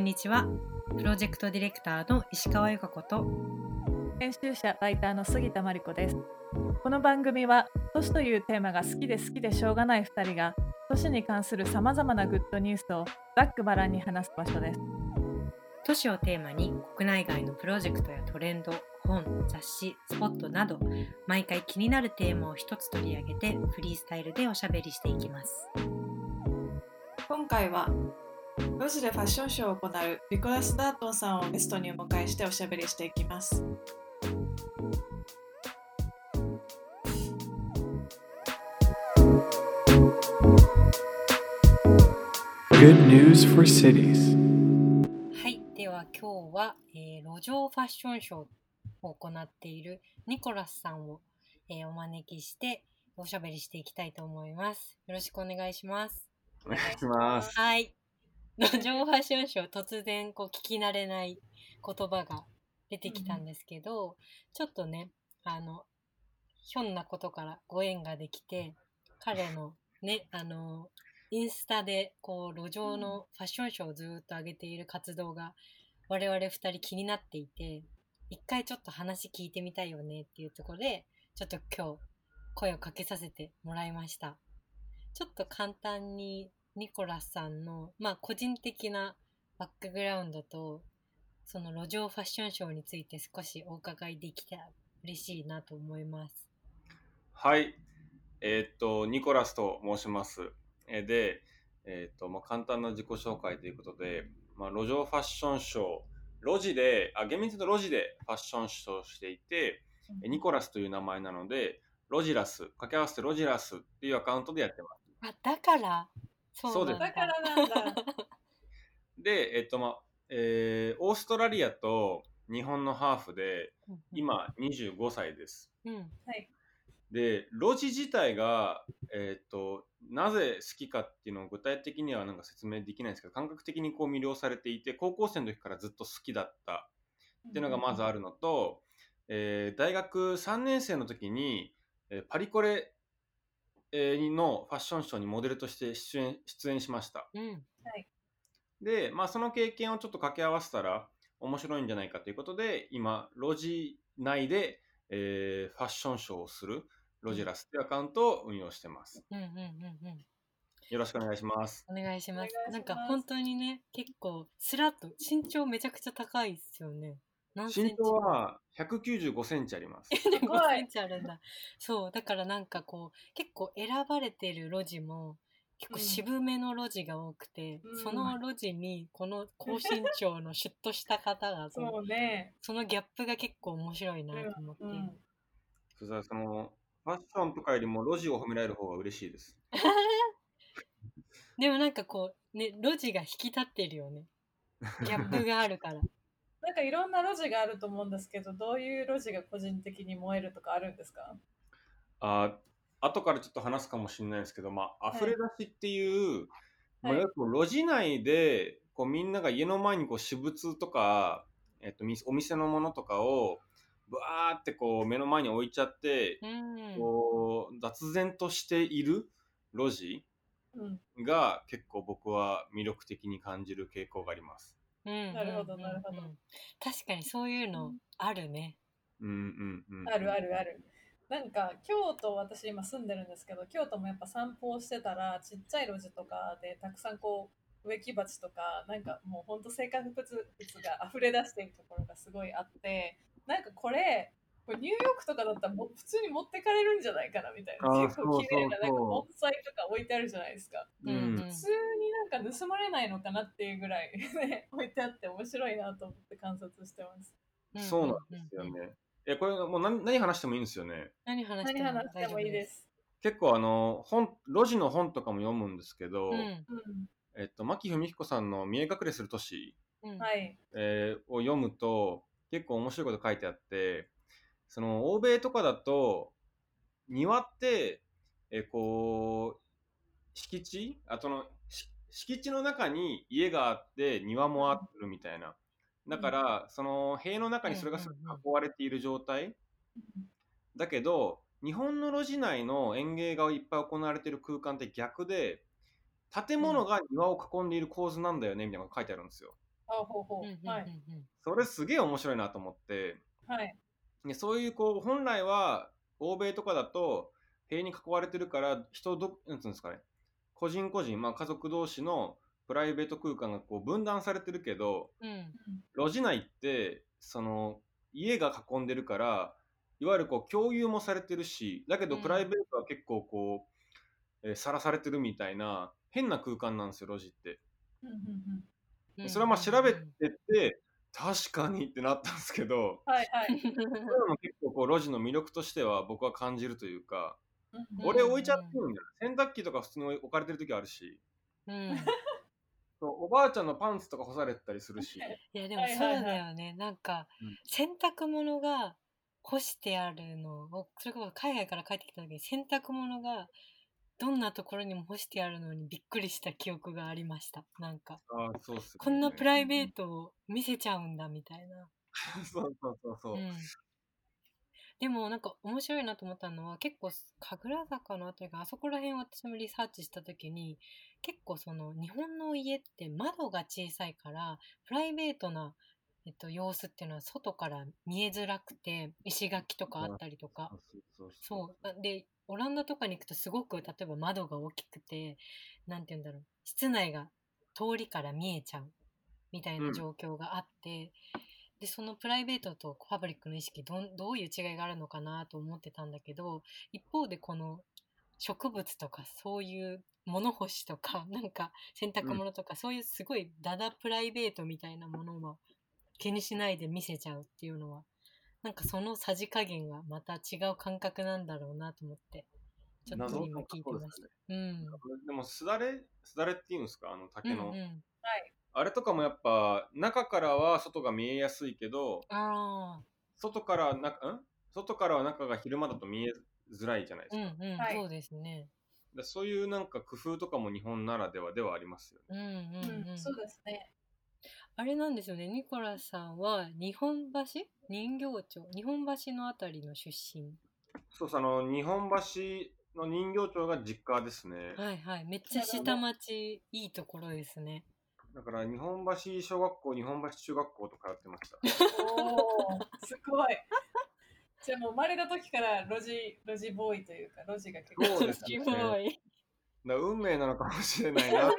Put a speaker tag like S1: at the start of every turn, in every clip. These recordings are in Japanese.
S1: んにちはプロジェクトディレクターの石川由香子と
S2: 編集者ライターの杉田真理子ですこの番組は都市というテーマが好きで好きでしょうがない2人が都市に関するさまざまなグッドニュースをざっくばらんに話す場所です
S1: 都市をテーマに国内外のプロジェクトやトレンド本雑誌スポットなど毎回気になるテーマを一つ取り上げてフリースタイルでおしゃべりしていきます
S3: 今回はロジでファッションショーを行うニコラス・ダートンさんをゲストにお迎えしておしゃべりしていきます
S1: はいでは今日は、えー路上ファッションショーを行っているニコラスさんを、えーお招きしておしゃべりしていきたいと思いますよろしくお願いします
S4: お願いします。
S1: はい。路上ファッションショー、突然こう聞き慣れない言葉が出てきたんですけど、ちょっとね、あの、ひょんなことからご縁ができて、彼のね、あの、インスタでこう路上のファッションショーをずーっと上げている活動が我々二人気になっていて、一回ちょっと話聞いてみたいよねっていうところで、ちょっと今日声をかけさせてもらいました。ちょっと簡単にニコラスさんの、まあ、個人的なバックグラウンドとその路上ファッションショーについて少しお伺いできたら嬉しいなと思います。
S4: はい。えーっと、ニコラスと申します。えーで、えーっと、まあ、簡単な自己紹介ということで、まあ、路上ファッションショー、路地で、あ、厳密に言うと路地でファッションショーをしていて、えニコラスという名前なので、ロジラス、掛け合わせてロジラスっていうアカウントでやってます。
S1: あだからそうなんだ
S3: だからなん だ
S4: で、えーっと、まあ、えーオーストラリアと日本のハーフで、今25歳です。
S1: うん
S4: で路地自体が、えーっとなぜ好きかっていうのを具体的にはなんか説明できないんですけど感覚的にこう魅了されていて高校生の時からずっと好きだったっていうのがまずあるのと、えー大学3年生の時に、えーパリコレえーのファッションショーにモデルとして出演出演しました
S1: うん
S4: で、まあ、その経験をちょっと掛け合わせたら面白いんじゃないかということで今路地内で、えーファッションショーをするロジラスっていうアカウントを運用してます
S1: うんうんうんうん
S4: よろしくお願いします
S1: お願いします
S3: お願いします
S1: なんか本当にね結構スラッと身長めちゃくちゃ高いですよね何センチ
S4: 身長は195センチあります
S1: で
S3: ごい
S1: 5センチあるんだそうだからなんかこう結構選ばれてる路地も結構
S3: うん
S1: 渋めの路地が多くて、
S3: うん
S1: その路地にこの高身長のシュッとした方がその
S3: そうね、
S1: そのギャップが結構面白いなと思って、
S3: うん、
S4: そしたらそのファッションとかよりも路地を褒められる方が嬉しいです
S1: でもなんかこうね路地が引き立ってるよねギャップがあるから
S3: なんかいろんな路地があると思うんですけどどういう路地が個人的に燃えるとかあるんですか
S4: あ後からちょっと話すかもしれないですけど、まあ
S3: い
S4: 溢れ出しっていう、まあ、
S3: はい
S4: いわゆる路地内でこうみんなが家の前にこう私物とか、えっと、みお店のものとかをバーってこう目の前に置いちゃって
S1: う、ん
S4: こう雑然としている路地
S3: うん、
S4: が結構僕は魅力的に感じる傾向があります。
S1: な
S3: なるほどなるほど
S1: 確かにそういうのあるね、
S4: うんうんうん、
S3: あるあるあるなんか京都私今住んでるんですけど京都もやっぱ散歩をしてたらちっちゃい路地とかでたくさんこう植木鉢とかなんかもうほんと生活物が溢れ出しているところがすごいあってなんかこれこれニューヨークとかだったらもう普通に持ってかれるんじゃないかなみたいな
S4: あ ー
S3: 結構綺麗なな
S4: そうそう
S3: んか
S4: そう
S3: 盆栽とか置いてあるじゃないですか
S4: う
S1: うん
S4: ん
S3: 普通になんか盗まれないのかなっていうぐらい、 ね、置いてあって面白いなと思って観察してます
S1: うん
S4: そうなんですよ
S1: うんうん
S4: ね。えこれもう何何話してもいいんですよね。
S1: 何話して
S3: 何
S1: も
S3: 話してもいいですす
S4: 結構あの本路地の本とかも読むんですけど、
S1: うん
S4: えっと、牧文彦さんの「見え隠れする都市
S1: うん
S3: うん、はい、」
S4: えーを読むと結構面白いこと書いてあってその欧米とかだと庭って、えーこう敷地あとのし敷地の中に家があって庭もあるみたいなだから、その塀の中にそれがすごく囲われている状態、だけど日本の路地内の園芸がいっぱい行われている空間って逆で建物が庭を囲んでいる構図なんだよねみたいなのが書いてあるんですよ。
S3: あ、ほうほ
S1: うんうんう
S3: う。
S1: ん
S3: はい。
S1: うん
S4: それすげえ面白いなと思って
S3: はい。
S4: でそういうこう本来は欧米とかだと塀に囲われてるから人どなんつうんですかね個人個人、まあ、家族同士のプライベート空間がこう分断されてるけど
S1: うん
S4: 路地内ってその家が囲んでるからいわゆるこう共有もされてるしだけど
S1: うん
S4: プライベートは結構こうえーさら、されてるみたいな変な空間なんですよ路地って。
S3: うんうんうん
S1: う
S4: で
S1: ん
S4: それはまあ調べてって確かにってなったんですけど
S3: はいはい。
S4: それも結構こう路地の魅力としては僕は感じるというか
S3: うんうん
S4: 俺置いちゃってるんだよ洗濯機とか普通に置かれてる時あるし
S1: うんうん
S4: そうおばあちゃんのパンツとか干されてたりするし。
S1: いやでも
S3: はい
S1: そう
S3: はいはい
S1: だよねなんか
S4: うん
S1: 洗濯物が干してあるのをそれこそ海外から帰ってきた時に洗濯物がどんなところにも干してあるのにびっくりした記憶がありましたなんか
S4: あーそうっすよね
S1: こんなプライベートを見せちゃうんだみたいな
S4: そうそうそうそう。
S1: うん、でもなんか面白いなと思ったのは結構神楽坂のあたりがあそこら辺私もリサーチした時に結構その日本の家って窓が小さいからプライベートな、えっと、様子っていうのは外から見えづらくて石垣とかあったりとか
S4: そうそうそう
S1: そうなでオランダとかに行くとすごく例えば窓が大きくてなんて言うんだろう室内が通りから見えちゃうみたいな状況があって、でそのプライベートとパブリックの意識どんどういう違いがあるのかなと思ってたんだけど一方でこの植物とかそういう物干しとかなんか洗濯物とか、そういうすごいダダプライベートみたいなものは気にしないで見せちゃうっていうのはなんかそのさじ加減がまた違う感覚なんだろうなと思ってちょっと
S4: 謎
S1: 今
S4: の
S1: 聞いて
S4: 格好
S1: ま
S4: で
S1: し
S4: すね
S1: た。うん
S4: でもすだれすだれっていうんですかあの
S1: うん
S4: 竹
S1: う
S4: の、
S1: ん、
S4: あれとかもやっぱ中からは外が見えやすいけど
S1: あ
S4: 外からは中ん外からは中が昼間だと見えづらいじゃないで
S1: あう
S4: す
S1: ん
S4: か,、
S1: うん、
S3: はい
S1: そうですね。
S4: だそういうなんか工夫とかも日本ならではではありますよね
S1: うんうん
S3: う
S1: うん、
S3: んそうですね。
S1: あれなんですよね、ニコラさんは日本橋人形町日本橋のあたりの出身。
S4: そうそうあの日本橋の人形町が実家ですね、
S1: はいはい、めっちゃ下町いいところですね。
S4: だから日本橋小学校日本橋中学校と通ってました
S3: おーすごい。 じゃあもう生まれた時から路地、路地ボーイというか、路地が結構
S4: そうです
S1: す
S4: ね
S1: ごい。
S4: だから運命なのかもしれないな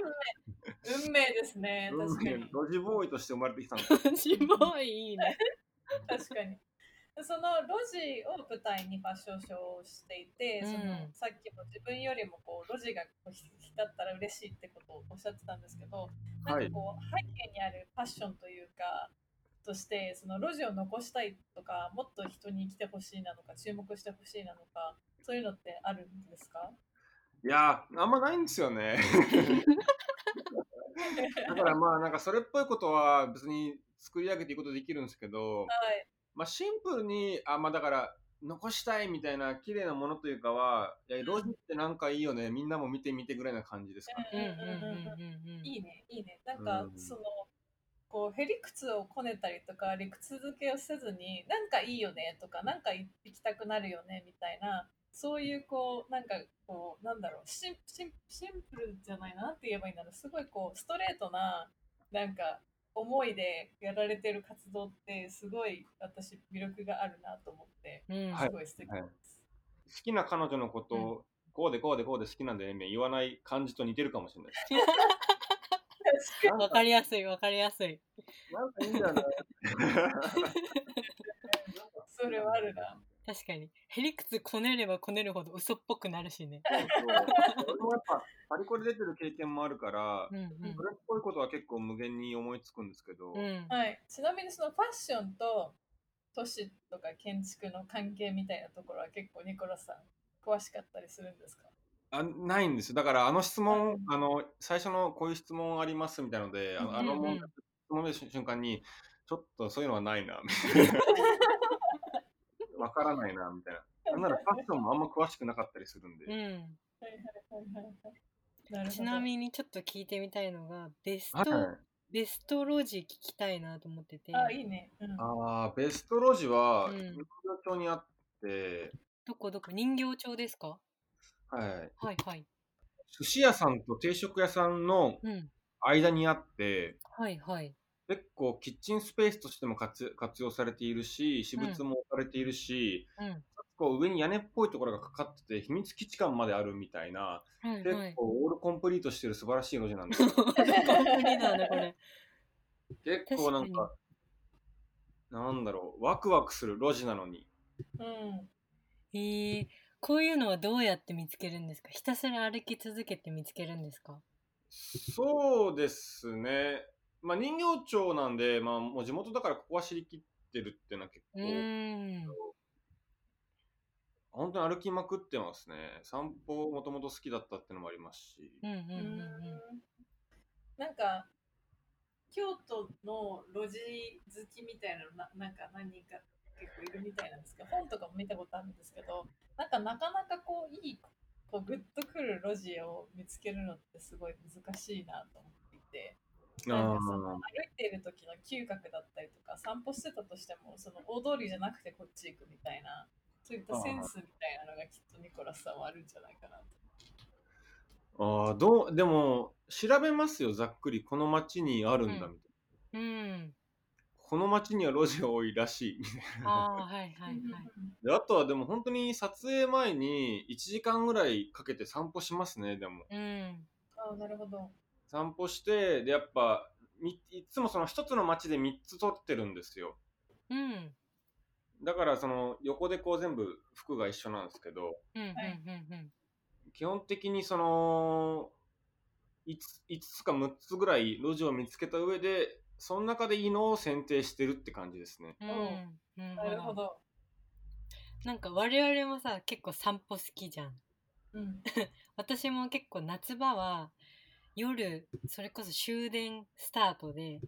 S3: 運命ですね。
S4: 運
S3: 確か
S4: 命
S3: に。
S4: 路地ボーイとして生まれてきたんです
S1: すごいいいね。
S3: 確かに。その路地を舞台にファッションショーをしていて、
S1: うん
S3: そのさっきも自分よりもこう路地がこうひ光ったら嬉しいってことをおっしゃってたんですけど、
S4: は
S3: ないんかこう背景にあるパッションというかとしてその路地を残したいとかもっと人に来てほしいなのか注目してほしいなのかそういうのってあるんですか
S4: いやー、あんまないんですよね。だからまあ、なんかそれっぽいことは別に作り上げていくことできるんですけ
S3: は
S4: ど、
S3: い、
S4: まあシンプルに、あ、まあだから、残したいみたいな綺麗なものというかは、いや、路地ってなんかいいよね、みんなも見てみてぐらいな感じですかね。
S1: うんうんうんうん。
S3: いいねいいねなんか
S4: うん
S3: そのこうへりくつをこねたりとか理屈付けをせずになんかいいよねとかなんか行きたくなるよねみたいなそういうこうなんかこうなんだろうシンシンシンプルじゃないなって言えばいいんだろうすごいこうストレートななんか思いでやられてる活動ってすごい私魅力があるなと思って
S1: うん、
S4: はい
S3: すごい素敵
S4: はい
S3: です。
S4: 好きな彼女のことを、こうでこうでこうで好きなんだよね、言わない感じと似てるかもしれ ないです。
S3: 確か
S1: わかりやすいわかりやすい。
S4: なんかいいんだよね。
S3: に それはあるな。
S1: 確かに。へりくつこねればこねるほど嘘っぽくなるしね。
S4: そう俺もやっぱ、パリコレ出てる経験もあるから
S1: う、ん
S4: それっぽいことは結構無限に思いつくんですけど、
S1: うん。うん。
S3: はい、ちなみにそのファッションと都市とか建築の関係みたいなところは結構ニコラスさん詳しかったりするんですか
S4: あないんですよだからあの質問、
S3: はい
S4: あの最初のこういう質問ありますみたいなのであのあの
S1: うんうん
S4: 問題質問の瞬間にちょっとそういうのはないなみ たいなわからないなみたいななんならファッションもあんま詳しくなかったりするんで、
S1: うん
S3: なるほど
S1: ちなみにちょっと聞いてみたいのがベスト、
S4: はい
S1: ベスト路地聞きたいなと思ってて
S3: あいいね、うん、
S4: あーベスト路地は
S1: うん
S4: 人形町にあって、
S1: どこどこ人形町ですか
S4: はい、
S1: はいはい
S4: 寿司屋さんと定食屋さんの
S1: うん
S4: 間にあって
S1: はいはい
S4: 結構キッチンスペースとしても活活用されているし、私物も置かれているし、
S1: うん
S4: 結構上に屋根っぽいところがかかってて、秘密基地感まであるみたいな、
S1: はい
S4: 結
S1: はい。
S4: 構オールコンプリートしてる素晴らしい路地なんですよ。
S1: コンプリートだね、これ。
S4: 結構なんか、なんだろう、ワクワクする路地なのに。
S3: うん。
S1: えー、こういうのはどうやって見つけるんですかひたすら歩き続けて見つけるんですか
S4: そうですね。まあ人形町なんで、まあもう地元だからここは知りきってるっていうのは結
S1: う
S4: 構、
S1: ーん。
S4: 本当に歩きまくってますね。散歩もともと好きだったってのもありますし。
S1: うんうんうん
S3: う
S1: うん。
S3: んなんか京都の路地好きみたいなのななんか何人か結構いるみたいなんですけど本とかも見たことあるんですけどなんかなかなかこういいこうグッとくる路地を見つけるのってすごい難しいなと思っていてなんかその歩いている時の嗅覚だったりとか散歩してたとしてもその大通りじゃなくてこっち行くみたいなそういったセンスみたいなのがきっとニコラスさんはあるんじゃないかなと。
S4: あーどう、でも、調べますよ、ざっくり。この町にあるんだ、みたいな。
S1: ううん。
S4: この町には路地が多いらしい。みたい
S1: ああー、はいはいはい。
S4: なであとはでも本当に撮影前に1時間ぐらいかけて散歩しますね、でも。
S1: うん。
S3: あーなるほど。
S4: 散歩して、で、やっぱ、みいつもその一つの町で3つ撮ってるんですよ。
S1: うん。
S4: だからその横でこう全部服が一緒なんですけど、
S1: うんうん
S3: はい
S1: うんうん。
S4: 基本的にその 5, 5つか6つぐらい路地を見つけた上で、その中でいいのを選定してるって感じですね。
S1: うんうん、
S3: なるほど。
S1: なんか我々もさ結構散歩好きじゃん
S3: うん、
S1: 私も結構夏場は夜それこそ終電スタートで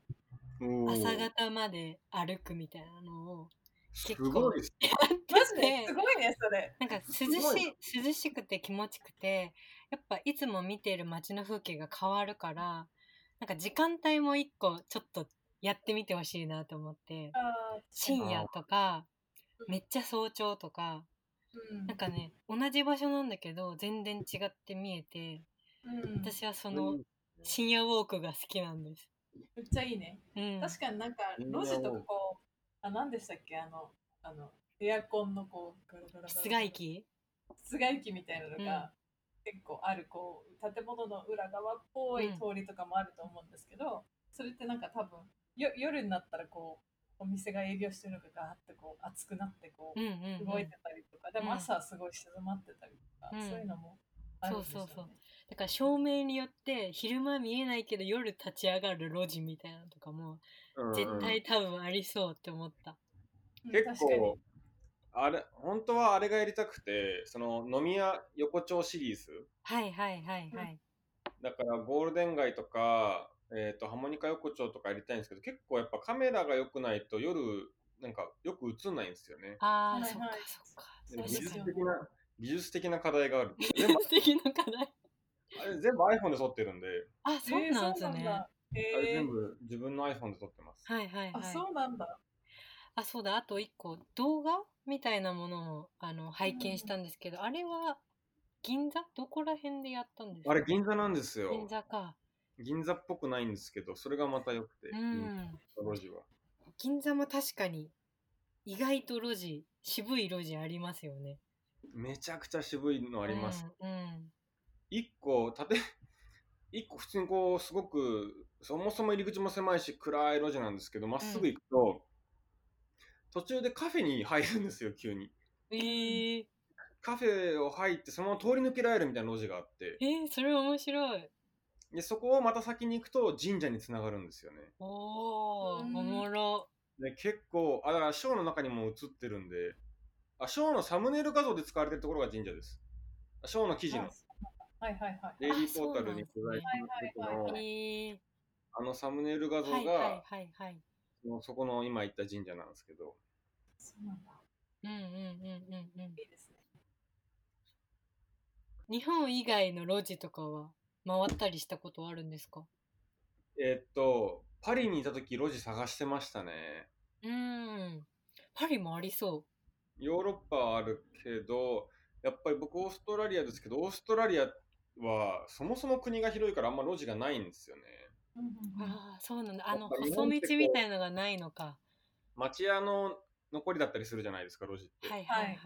S4: おー
S1: 朝方まで歩くみたいなのを
S4: すごいです。
S3: マジですごいね、それ。
S1: なんか涼
S4: すご
S1: しい涼しくて気持ちくてやっぱいつも見ている街の風景が変わるからなんか時間帯も一個ちょっとやってみてほしいなと思って
S3: あ
S1: 深夜とか
S3: うん
S1: めっちゃ早朝とか
S3: うん
S1: なんかね同じ場所なんだけど全然違って見えて
S3: うん、
S1: 私はそ
S4: うん
S1: の深夜ウォークが好きなんです。
S3: めっちゃいいね。
S1: うん、
S3: 確かになんか、路地とかこう、あ、なんでしたっけ、あの、あの、エアコンのこう、ガラガラガラ
S1: 室外。機
S3: 室外機みたいなの
S1: うん
S3: が、結構ある、こう、建物の裏側っぽい
S1: うん
S3: 通りとかもあると思うんですけど、それってなんか多分、よ夜になったらこう、お店が営業してるのがガーってこう、熱くなってこう、
S1: うんうん、うん、
S3: 動いてたりとか、で
S1: うん
S3: も朝はすごい静まってたりとか、
S1: うん
S3: そういうのもあるんでしょう
S1: そ
S3: ね。
S1: うそうだから照明によって昼間見えないけど夜立ち上がる路地みたいなのとかも
S4: うん
S1: 絶対多分ありそうって思った。
S3: うん
S4: 結
S3: 確かに
S4: 構あれ本当はあれがやりたくてその飲み屋横丁シリーズ
S1: はいはいはいはい。
S4: だからゴールデン街とか、えー、とハモニカ横丁とかやりたいんですけど結構やっぱカメラが良くないと夜なんかよく映んないんですよね
S1: ああ、
S3: はいはい
S1: そっかそっか。
S3: そ
S4: で
S3: う
S4: 技
S3: です
S4: 術
S3: よ
S4: 的
S3: ね
S4: な技術的な課題がある全部
S1: 素敵な課題。
S4: あれ全部 iPhone で撮ってるんで
S1: あ、そうなんですね。
S3: えーそうなんだ
S4: あれ
S3: え
S4: 全
S3: ー
S4: 部自分の iPhone で撮ってます
S1: はいはいはい。
S3: あ、そうなんだ。
S1: あそうだあと一個動画みたいなものをあの拝見したんですけど、あれは銀座どこら辺でやったんですか
S4: あれ銀座なんですよ
S1: 銀座か
S4: 銀座っぽくないんですけどそれがまた良くて、
S1: う
S4: 銀
S1: ん
S4: 座の路地は
S1: 銀座も確かに意外と路地渋い路地ありますよね
S4: めちゃくちゃ渋いのあります、
S1: うん、うん
S4: 一個縦一個普通にこうすごくそもそも入り口も狭いし暗い路地なんですけどまっすぐ行くと、途中でカフェに入るんですよ急に
S1: えー、
S4: カフェを入ってそのまま通り抜けられるみたいな路地があって
S1: えー、それ面白い
S4: でそこをまた先に行くと神社につながるんですよね
S1: おおお
S3: うん
S1: もろ
S4: で結構あだからショーの中にも映ってるんであショーのサムネイル画像で使われてるところが神社ですあショーの記事の
S3: あそうなんだはいはいはい。
S4: デイリーポータルに
S1: そうなん
S4: 取材
S1: で
S4: して
S3: はいはい
S4: の
S3: は
S1: えー、
S4: あのサムネイル画像が、
S1: はいはいはいはい
S4: もうそこの今言った神社なんですけど
S3: そうなんだ。
S1: うんうんうんうんうん
S3: いいですね。
S1: 日本以外の路地とかは回ったりしたことあるんですか
S4: えーっと、パリにいた時路地探してましたね。
S1: うーん。パリもありそ
S4: ヨーロッパはあるけど、やっぱり僕オーストラリアですけど、オーストラリアはそもそも国が広いからあんま路地がないんですよね。
S3: うんうんうん
S1: ああ、そうなんだ。あの、
S4: やっぱ日
S1: 細道
S4: 本ってこう
S1: みたいのがないのか。
S4: 町屋の残りだったりするじゃないですか路地って、
S1: はいはいはい。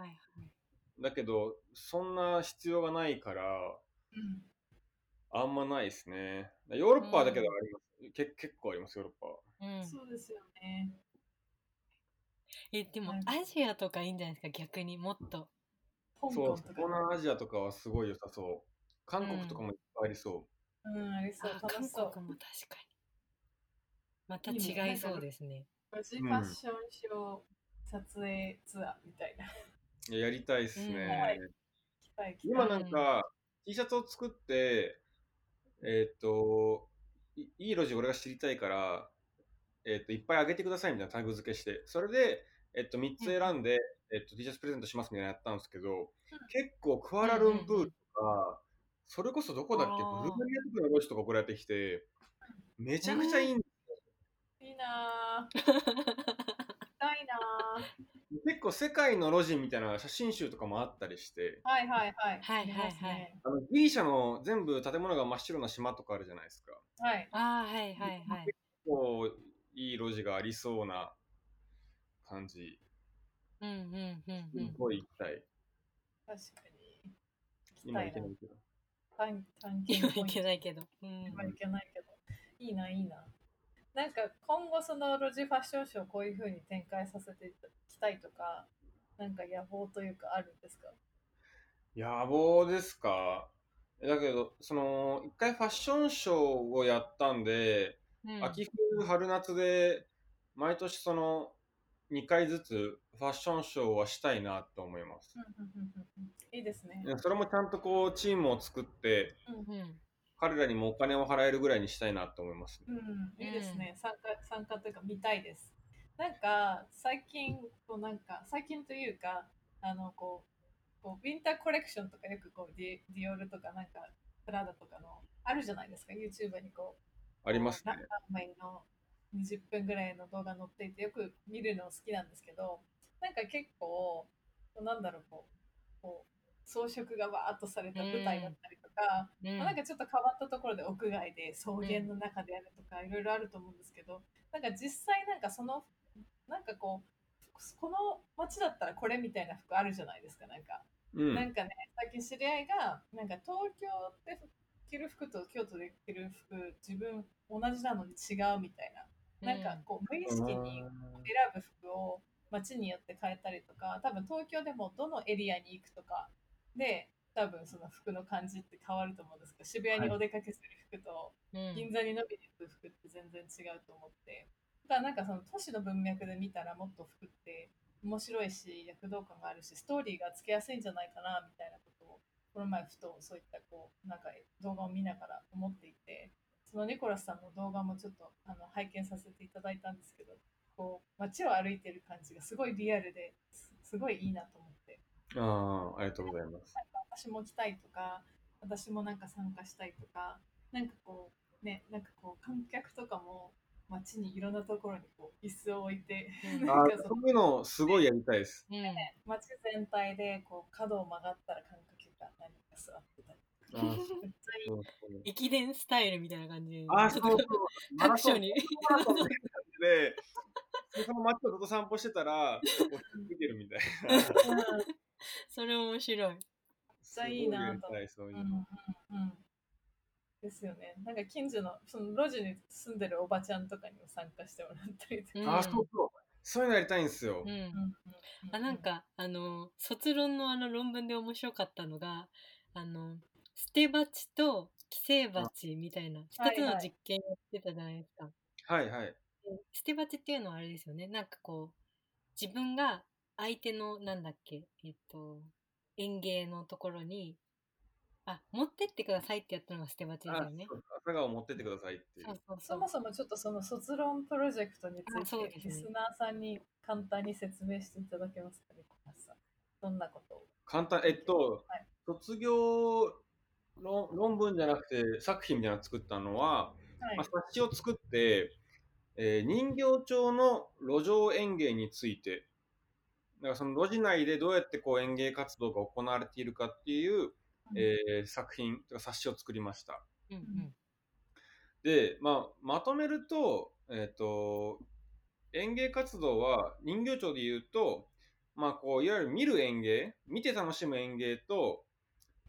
S4: だけどそんな必要がないから
S3: うん
S4: あんまないですねヨーロッパだけどあります、け結構ありますヨーロッパは
S1: はい、うん。
S3: そうですよね。
S1: え、でも
S3: はい
S1: アジアとかいいんじゃないですか、逆にもっと。
S3: 香
S4: そう
S3: 港
S4: です
S3: と
S4: ね
S3: か。
S4: 東南アジアとかはすごい良さそう韓国とかもいっぱいありそう、
S3: うん、ありそう。
S1: あ
S3: 楽しそ
S1: 韓
S3: う。
S1: 国も確かに。また
S3: いいね
S1: 違いそうですね。
S3: 無事
S4: う
S3: フ
S4: ん
S3: ァッションショー撮影ツアーみたいな。
S4: いややりたいですね、
S1: うん
S3: はい期待期
S4: 今なんか T シャツを作ってえーっといいい路地俺が知りたいから、えーっといっぱいあげてくださいみたいなタグ付けしてそれで、えっと3つ選んで、えっと T シャツプレゼントしますみたいなのやったんですけど、結構クアラルンプールとか、それこそどこだっけ
S1: あー
S4: ブルガリアとかの路地とか送られてきてめちゃくちゃいいん
S3: 待。いいなぁ。たいなぁ。
S4: 結構世界の路地みたいな写真集とかもあったりして
S3: はいはいはい。
S1: はいはいはい
S3: ありますね。
S4: あのギリシャの全部建物が真っ白な島とかあるじゃないですか
S3: はい。
S1: ああ、はいはいはい。
S4: 結構いい路地がありそうな感じ
S1: うんうんうんう
S4: す
S1: ん。
S4: ごい行きたい
S3: 確かに。行き
S4: 今
S3: た
S4: 行
S3: いな
S4: けないけど
S3: 探探
S1: 今
S3: 検ポ
S1: 行
S3: イント
S1: けないけど。うん。
S3: 今行けないけど。いいな、いいな。なんか今後その路地ファッションショーをこういう風に展開させていきたいとか、なんか野望というかあるんですか
S4: 野望ですかだけどその一回ファッションショーをやったんで
S1: うん
S4: 秋冬春夏で毎年その2回ずつファッションショーはしたいなと思います、
S3: いいですね。
S4: それもちゃんとこうチームを作って
S1: うん。
S4: 彼らにもお金を払えるぐらいにしたいなと思います、ね
S3: うん、いいですね、参加参加というか見たいですなんか最近こうなんか最近というかあのこうこうウィンターコレクションとかよくこうディディオールとかなんかプラダとかのあるじゃないですか YouTube にこう
S4: ありますね
S3: 何枚の20分ぐらいの動画載っていてよく見るの好きなんですけどなんか結構こうなんだろうこうこう装飾がわーっとされた舞台だったりとか、
S1: うん
S3: まあなんかちょっと変わったところで屋外で草原の中でやるとかいろいろあると思うんですけど、なんか実際なんかそのなんかこうこの街だったらこれみたいな服あるじゃないですかなんか、
S4: うん
S3: なんかね最近知り合いがなんか東京で着る服と京都で着る服自分同じなのに違うみたいな、なんかこう無意識に選ぶ服を街によって変えたりとか多分東京でもどのエリアに行くとかで多分その服の感じって変わると思うんですけど渋谷にお出かけする服と
S1: うん
S3: 銀座に伸びに行く服って全然違うと思ってだからなんかその都市の文脈で見たらもっと服って面白いし躍動感があるしストーリーがつけやすいんじゃないかなみたいなことをこの前ふとそういったこうなんか動画を見ながら思っていてそのニコラスさんの動画もちょっとあの拝見させていただいたんですけどこう街を歩いてる感じがすごいリアルですすごいいいなと思って
S4: あーありがとうございます
S3: 私も来たいとか私もなんか参加したいとかなんかこうねなんかこう観客とかも街にいろんなところにこう椅子を置いて
S1: うん
S4: あーそういうのすごいやりたいで す
S1: うん
S3: 街全体でこう角を曲がったら観客が何か座ってたり
S4: あーそう
S3: めっちゃいい
S4: そう
S1: 駅伝スタイルみたいな感じで。
S4: あー
S1: ち
S4: そ
S1: ょ
S4: う
S1: っ
S4: そ
S1: と
S4: うマラ
S1: 各
S4: ソン
S1: 所に。
S4: マラソンみたいな感じでその街をずっと散歩してたらこう見てるみたいなめっ
S3: うん
S1: それ面白い。
S3: ちゃいいなと
S4: とそういう
S3: うん
S4: の、
S3: うんうんですよねなんか近所のその路地に住んでるおばちゃんとかにも参加してもらったりとか、
S1: うん
S4: あーそうそうそういうのやりたいんですよ、
S1: うん
S3: う。んうんう
S1: あなんかあの卒論のあの論文で面白かったのがあの捨て鉢と寄生鉢みたいな2つ
S3: はい
S1: の
S3: はい
S1: 実験やってたじゃないですか。
S4: はいはい
S1: で捨て鉢っていうのはあれですよねなんかこう自分が相手のなんだっけえっと園芸のところにあ持ってってくださいってやったのが捨て鉢ですよね
S4: あ。そうか朝顔持ってってくださいっていう
S1: そうそうそ
S3: そうもそもちょっとその卒論プロジェクトに
S1: あ
S3: つ
S1: そうで
S3: いて、
S1: すね
S3: リスナーさんに簡単に説明していただけますかね、小林さん。どんなことを
S4: 簡単えっと、
S3: はい
S4: 卒業論論文じゃなくて作品みたいなの作ったのは、
S3: はい
S4: まあ、冊子を作って、えー人形町の路上園芸についてだからその路地内でどうやってこう園芸活動が行われているかっていう、えー作品とか冊子を作りました
S1: うんうん
S4: で、まあ、まとめると、えっ、と、園芸活動は人形町で言うと、まあ、こう、いわゆる見る園芸、見て楽しむ園芸と、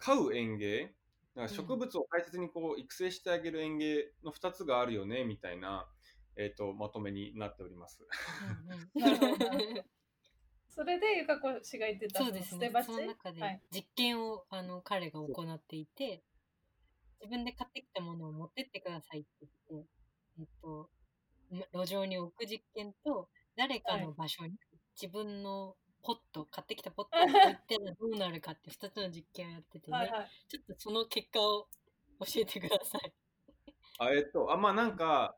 S4: 飼う園芸、だから植物を大切にこう育成してあげる園芸の2つがあるよね、みたいな、えっ、と、まとめになっております。
S1: うん
S3: なるほどな
S1: うん
S3: それでゆかこ氏が言ってた
S1: そうで
S3: そ
S1: す
S3: の捨
S1: ね
S3: て。鉢
S1: その中で
S3: はい
S1: 実験を、あの彼が行っていて、自分で買ってきたものを持ってってくださいって言って、えっと、ま路上に置く実験と、誰かの場所に自分のポット、買ってきたポットを置いたらどうなるかって2つの実験をやっててね、
S3: はいはい
S1: ちょっとその結果を教えてください。
S4: あえっと、あまあなんか、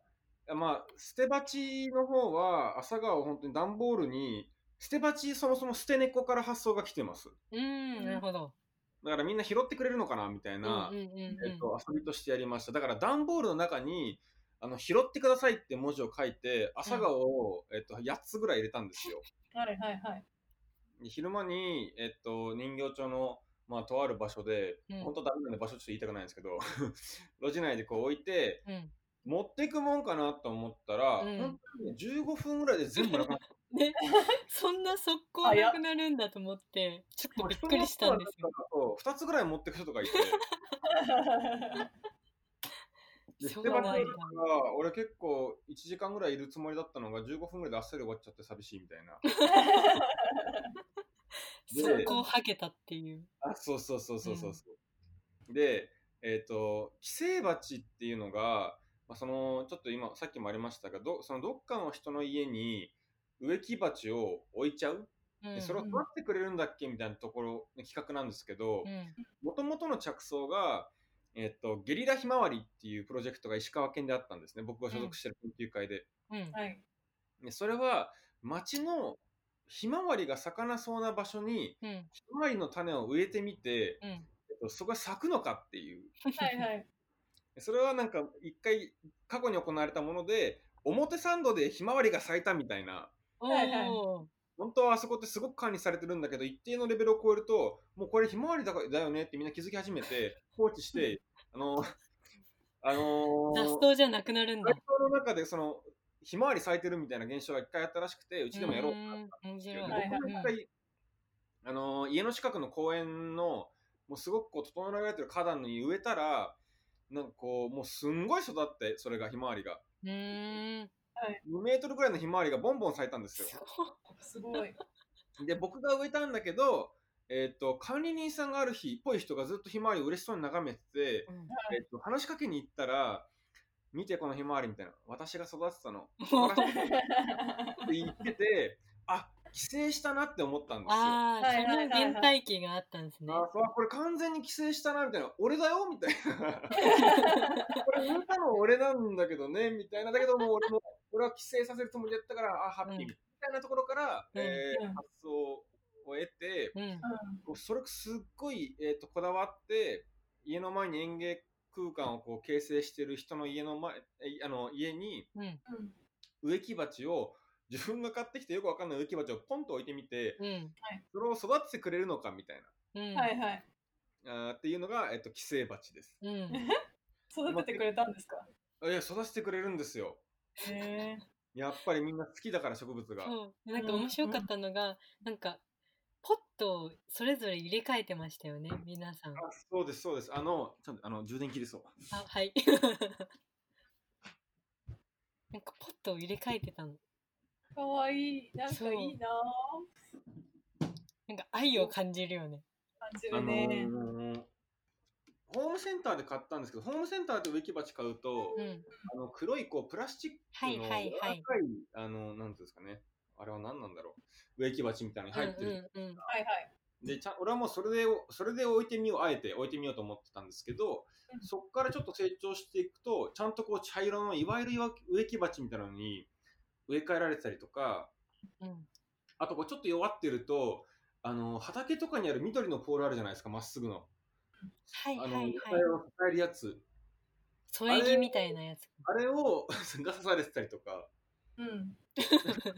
S4: あまあ、捨て鉢の方は、朝顔を本当に段ボールに、捨て鉢そもそも捨て猫から発想が来てます。
S1: うーん、なるほど。
S4: だからみんな拾ってくれるのかなみたいな、
S1: うんうんうんうん
S4: えっと、遊びとしてやりました。だから段ボールの中に、あの、拾ってくださいって文字を書いて、朝顔を、えっと、8つぐらい入れたんですよ。
S3: はいはいはい
S4: で昼間に、えっと、人形町の、まあ、とある場所で、
S1: うん
S4: 本当ダメなんで場所ちょっと言いたくないんですけど、 路地内でこう置いて、
S1: うん
S4: 持ってくもんかなと思ったら、
S1: うん
S4: 本当にね15分ぐらいで全部なくなった。
S1: ね、そんな速攻なくなるんだと思って、ちょっと びっくりしたんですよ。
S4: よ。2つぐらい持ってく人とかいて、で捨
S1: そ
S4: て
S1: う
S4: 場
S1: な
S4: 所
S1: んだ
S4: だから、俺結構1時間ぐらいいるつもりだったのが、15分ぐらいであっさり終わっちゃって寂しいみたい な。で
S1: 速攻はけたっていう。
S4: あそうそうそうそうそうそう、でえっ、と寄生鉢っていうのが、まあ、そのちょっと今さっきもありましたがどそのどっかの人の家に植木鉢を置いちゃう、
S1: うん
S4: でそれを育ってくれるんだっけみたいなところの企画なんですけど
S1: うん
S4: もともとの着想が、えっとゲリラひまわりっていうプロジェクトが石川県であったんですね僕が所属してる研究会で。
S1: うん
S3: はい
S4: でそれは町のひまわりが咲かなそうな場所に
S1: うん
S4: ひまわりの種を植えてみて、
S1: うん
S4: えっとそこが咲くのかっていう。
S3: はいはい
S4: それはなんか、一回、過去に行われたもので、表参道でひまわりが咲いたみたいな。
S3: はいはい
S1: おー
S4: 本当はあそこってすごく管理されてるんだけど、一定のレベルを超えると、もうこれひまわりだかだよねってみんな気づき始めて、放置して、あの、あの
S1: 雑草じゃなくなるんだ
S4: 雑。草の中でその、ひまわり咲いてるみたいな現象が一回あったらしくて、うちでもやろうかなって
S1: ーん面白い。
S4: 僕
S3: は
S4: も
S3: いはい
S4: 一回、あのー家の近くの公園の、もうすごくこう整えられてる花壇に植えたら、なんかこう、もうすんごい育って、それがひまわりが。
S1: うーん。
S4: 2メートルぐらいのひまわりがボンボン咲いたんですよ。
S1: すごい
S3: すごい
S4: で、僕が植えたんだけど、えっ、と、管理人さんがある日っぽい人がずっとひまわりを嬉しそうに眺めてて、
S1: うん
S4: えっ、と、話しかけに行ったら、見てこのひまわりみたいな。私が育てたの。
S1: もう
S4: 私が育てたって言ってて、あ、寄生したなって思ったんですよ。
S1: ああ、
S3: は
S1: そ
S3: いはいはい
S1: の
S3: はい
S1: 原体験があったんですね。
S4: あそうこれ完全に寄生したなみたいな俺だよみたい なこれ産んだの俺なんだけどねみたいなだけどもう俺も俺は寄生させるつもりだったからあハッピー
S1: うん
S4: みたいなところから、
S1: うん
S4: えー
S3: うん
S4: 発想を得て
S1: うん。
S4: こうそれすっごい、えー、とこだわって家の前に園芸空間をこう形成してる人の家の前えあの家に
S1: うん。
S3: うん
S4: 植木鉢を自分が買ってきてよくわかんない植木鉢をポンと置いてみて
S1: うん。
S4: それを育ててくれるのかみたいな。
S1: うん。
S3: はいはい
S4: あーっていうのが、えっと、寄生鉢です。
S1: うん。
S3: 育ててくれたんですか
S4: いや、育ててくれるんですよ。
S3: へえ
S4: やっぱりみんな好きだから植物が。
S1: そう。なんか面白かったのが、なんか、ポットをそれぞれ入れ替えてましたよね、皆さん。
S4: あそうです、そうです。あの、ちょっとあの充電切れそう。
S1: あ、 はい。なんかポットを入れ替えてたの。
S3: かわいいなん
S1: そ
S3: か
S1: う
S3: いいなぁ
S1: なんか愛を感じるよね。
S3: 感じ
S4: あ
S3: る
S4: の
S3: ね
S4: ーホームセンターで買ったんですけど、ホームセンターで植木鉢買うと、
S1: うん。
S4: あの黒いこうプラスチック
S1: はい
S4: の
S1: はい
S4: 柔ら
S1: は
S4: か
S1: い
S4: い、あの、なんていうんですかね。あれは何なんだろう。植木鉢みたいに入ってる。
S1: うんうん
S3: はいはい
S4: でちゃん俺はもうそれでそれで置いてみようあえて置いてみようと思ってたんですけど、
S3: うん
S4: そこからちょっと成長していくとちゃんとこう茶色のいわゆる岩植木鉢みたいなのに植え替えられてたりとか
S1: うん。うん。
S4: あとこうちょっと弱ってるとあの畑とかにある緑のポールあるじゃないですかまっすぐの
S1: は
S4: あ
S1: いはい
S4: の野
S1: はい。
S4: 菜を支えるやつ
S1: 添え木みたいなやつ。
S4: あれを が刺されてたりとか
S3: うん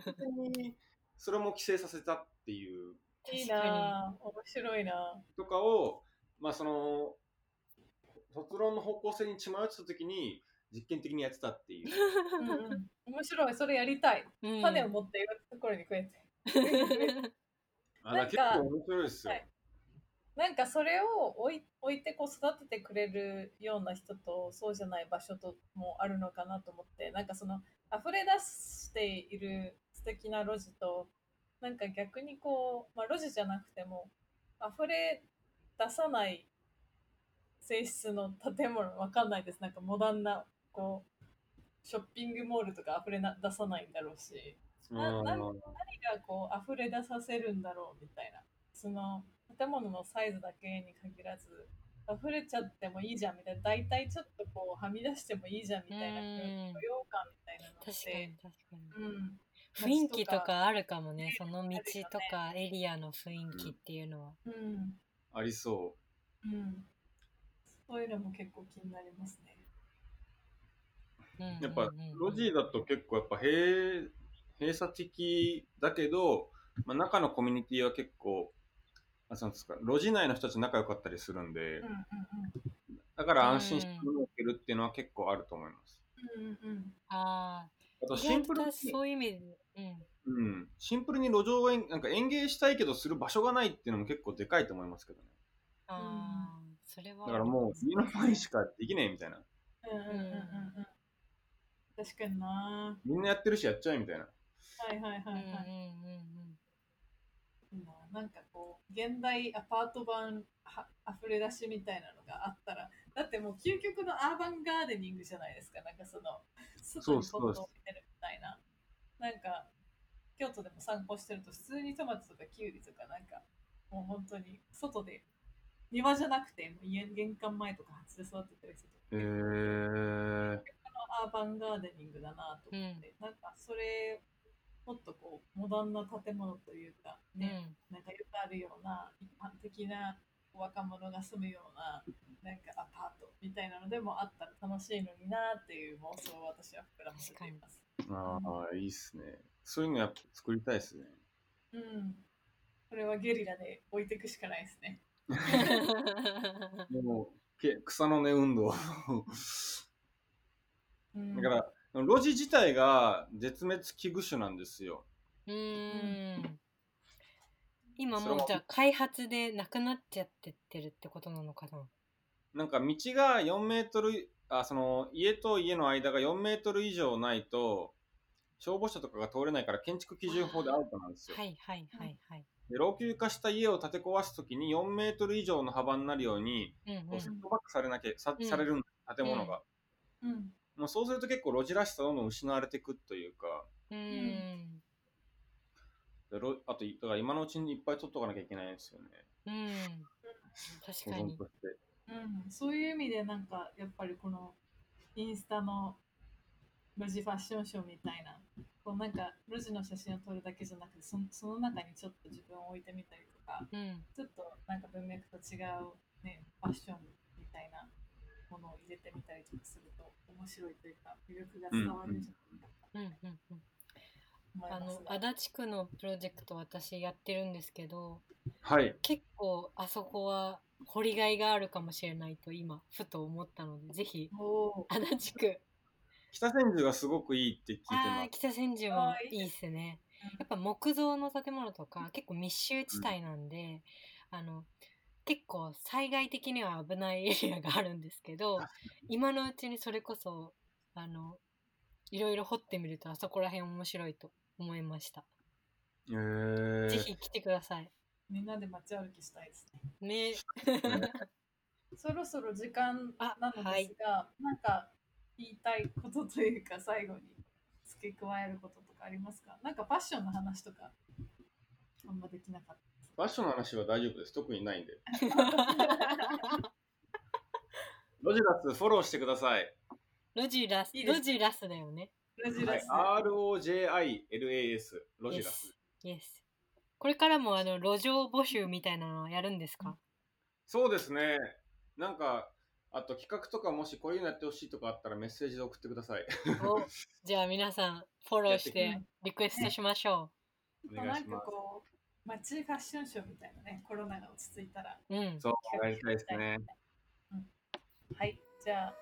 S4: 本当にそれも寄生させたっていう
S3: いい
S1: 確か
S3: なぁ面白いなぁ
S4: とかを、まあ、その、卒論の方向性に血迷ってた時に、実験的にやってたって いう。
S3: うんうん面白いそれやりたい
S1: うん
S3: 種を 持っていろんなところに増えて、
S4: あだから結構面白いですよ。
S3: はいなんかそれを置い置いてこう育ててくれるような人とそうじゃない場所ともあるのかなと思ってなんかその溢れ出している素敵な路地となんか逆にこう、まあ、路地じゃなくても溢れ出さない性質の建物わかんないですなんかモダンなこうショッピングモールとか溢れな出さないんだろうしななん
S4: うん
S3: 何がこう溢れ出させるんだろうみたいなその建物のサイズだけに限らず溢れちゃってもいいじゃんみたいな大体ちょっとこうはみ出してもいいじゃんみたいな
S1: うん
S3: 許容感みたいなの
S1: 確かに確かに。
S3: っ
S1: 雰囲気
S3: 街
S1: と
S3: と
S1: かあるかもね
S3: ね、
S1: その道とかエリアの雰囲気っていうのは。
S3: てうんうん
S4: ありそ
S3: うんそういうのも結構気になりますね
S1: うん
S4: う。やっぱ
S1: うんうんうん
S4: 路地だと結構やっぱ閉閉鎖的だけど、まあ、中のコミュニティは結構あそうですか路地内の人たち仲良かったりするんで
S3: うん、
S4: だから安心して動けるっていうのは結構あると思います。
S3: うんうんうんうん
S1: あ
S4: あと
S1: あ、
S4: シンプル
S1: 意
S4: に
S1: 外とそういう意味で、うん。
S4: うん、シンプルに路上演なんか園芸したいけどする場所がないっていうのも結構でかいと思いますけどね。
S1: ああ、それは。
S4: だからもう家の前しかできねえみたいな。
S3: うんうんうんうんうん確かにな
S4: みんなやってるしやっちゃえみたいな。
S3: はいはいはい
S1: うん
S3: は
S1: うん
S3: い、
S1: うん
S3: 今なんかこう現代アパート版は溢れ出しみたいなのがあったらだってもう究極のアーバンガーデニングじゃないですかなんかその外にポットを置いてるみたいななんか京都でも散歩してると普通にトマトとかキュウリとかなんかもう本当に外で庭じゃなくてもう家玄関前とか鉢で育ててる人とか
S4: へえー。
S3: アーバンガーデニングだなと思って、なんかそれもっとこうモダンな建物というか
S1: うんう
S3: ね、
S1: ん。
S3: なんかよくあるような一般的な若者が住むようななんかアパートみたいなのでもあったら楽しいのになっていう妄想を私は膨らませています。
S4: ああ、いいっすね。そういうのやっぱ作りたいっすね。
S3: うん。これはゲリラで置いていくしかないですね。
S4: もう、け草の根運動。
S3: うん、
S4: だから、路地自体が絶滅危惧種なんですよ。
S1: うーん。今
S4: それ
S1: もう
S4: も
S1: じゃあ開発でなくなっちゃってってるってことなのかな。
S4: なんか道が4メートル、あ、その家と家の間が4メートル以上ないと、消防車とかが通れないから建築基準法でアウトなんですよ。
S1: はいはいはいはい。
S4: で老朽化した家を建て壊すときに4メートル以上の幅になるように、
S1: うんう
S4: こ
S1: ん
S4: うセットバックされなきゃ、さ
S1: うん
S4: されるんだ建物が。
S3: うん。
S4: もうそうすると結構路地らしさどんどん失われていくというか、
S1: うーん。
S4: でろあと、だから今のうちにいっぱい取っとかなきゃいけないんですよね。
S1: うん。確かに
S4: 保存。として
S3: うん。そういう意味でなんかやっぱりこのインスタの路地ファッションショーみたいな、こうなんか路地の写真を撮るだけじゃなくて、そその中にちょっと自分を置いてみたりとか、
S1: うん。
S3: ちょっとなんか文脈と違うね、ファッションみたいなものを入れてみたりとかすると面白いというか、魅力が伝わるんじゃないかと
S1: うんうんうん。
S3: 思い
S1: あ
S3: ます
S1: の
S3: ね、
S1: 足立区のプロジェクト私やってるんですけど
S4: はい。
S1: 結構あそこは掘りがいがあるかもしれないと今ふと思ったのでぜひ
S3: おー
S1: 足立区
S4: 北千住がすごくいいって聞いて
S1: あ
S4: ま
S1: ー
S4: す。
S1: 北千住もいいっすね
S3: うん
S1: やっぱ木造の建物とか結構密集地帯なんで、あの結構災害的には危ないエリアがあるんですけど
S4: 確
S1: 今のうちにそれこそあのいろいろ掘ってみるとあそこら辺面白いと思いました、
S4: へー
S1: ぜひ来てください
S3: みんなで街歩きしたいですね。
S1: ね
S3: そろそろ時間
S1: あ
S3: なのですが、なんか言いたいことというか、最後に付け加えることとかありますかなんかファッションの話とか、あんまできなかっ
S4: ファッションの話は大丈夫です。特にない んで。ロジラスフォローしてください。
S1: ロジラス、
S3: いいです
S1: ロジラスだよね。
S3: た。路地ラス。
S4: はい、ROJILAS。ロジラス。
S1: Yes。これからもあの路上募集みたいなのはやるんですか？
S4: そうですね。なんか、あと企画とかもしこういうのやってほしいとかあったらメッセージで送ってくだ さい。
S1: お、じゃあ皆さんフォローし
S3: やって
S1: リクエストしましょ
S4: お願
S3: ないん
S4: し
S3: か
S4: ます。
S3: こう、街ファッションショーみたいなね、コロナが落ち着いたら。
S1: う。うん。
S4: そう、やりたいですね。
S3: はい、じゃあ、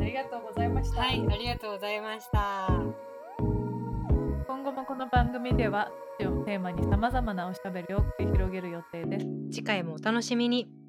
S3: ありがとうございました
S5: りがとうございました。
S1: はい、ありがとうございました。
S3: 今後もこの番組では土をテーマにさまざまなおしゃべりを繰り広げる予定です
S1: 次回もお楽しみに。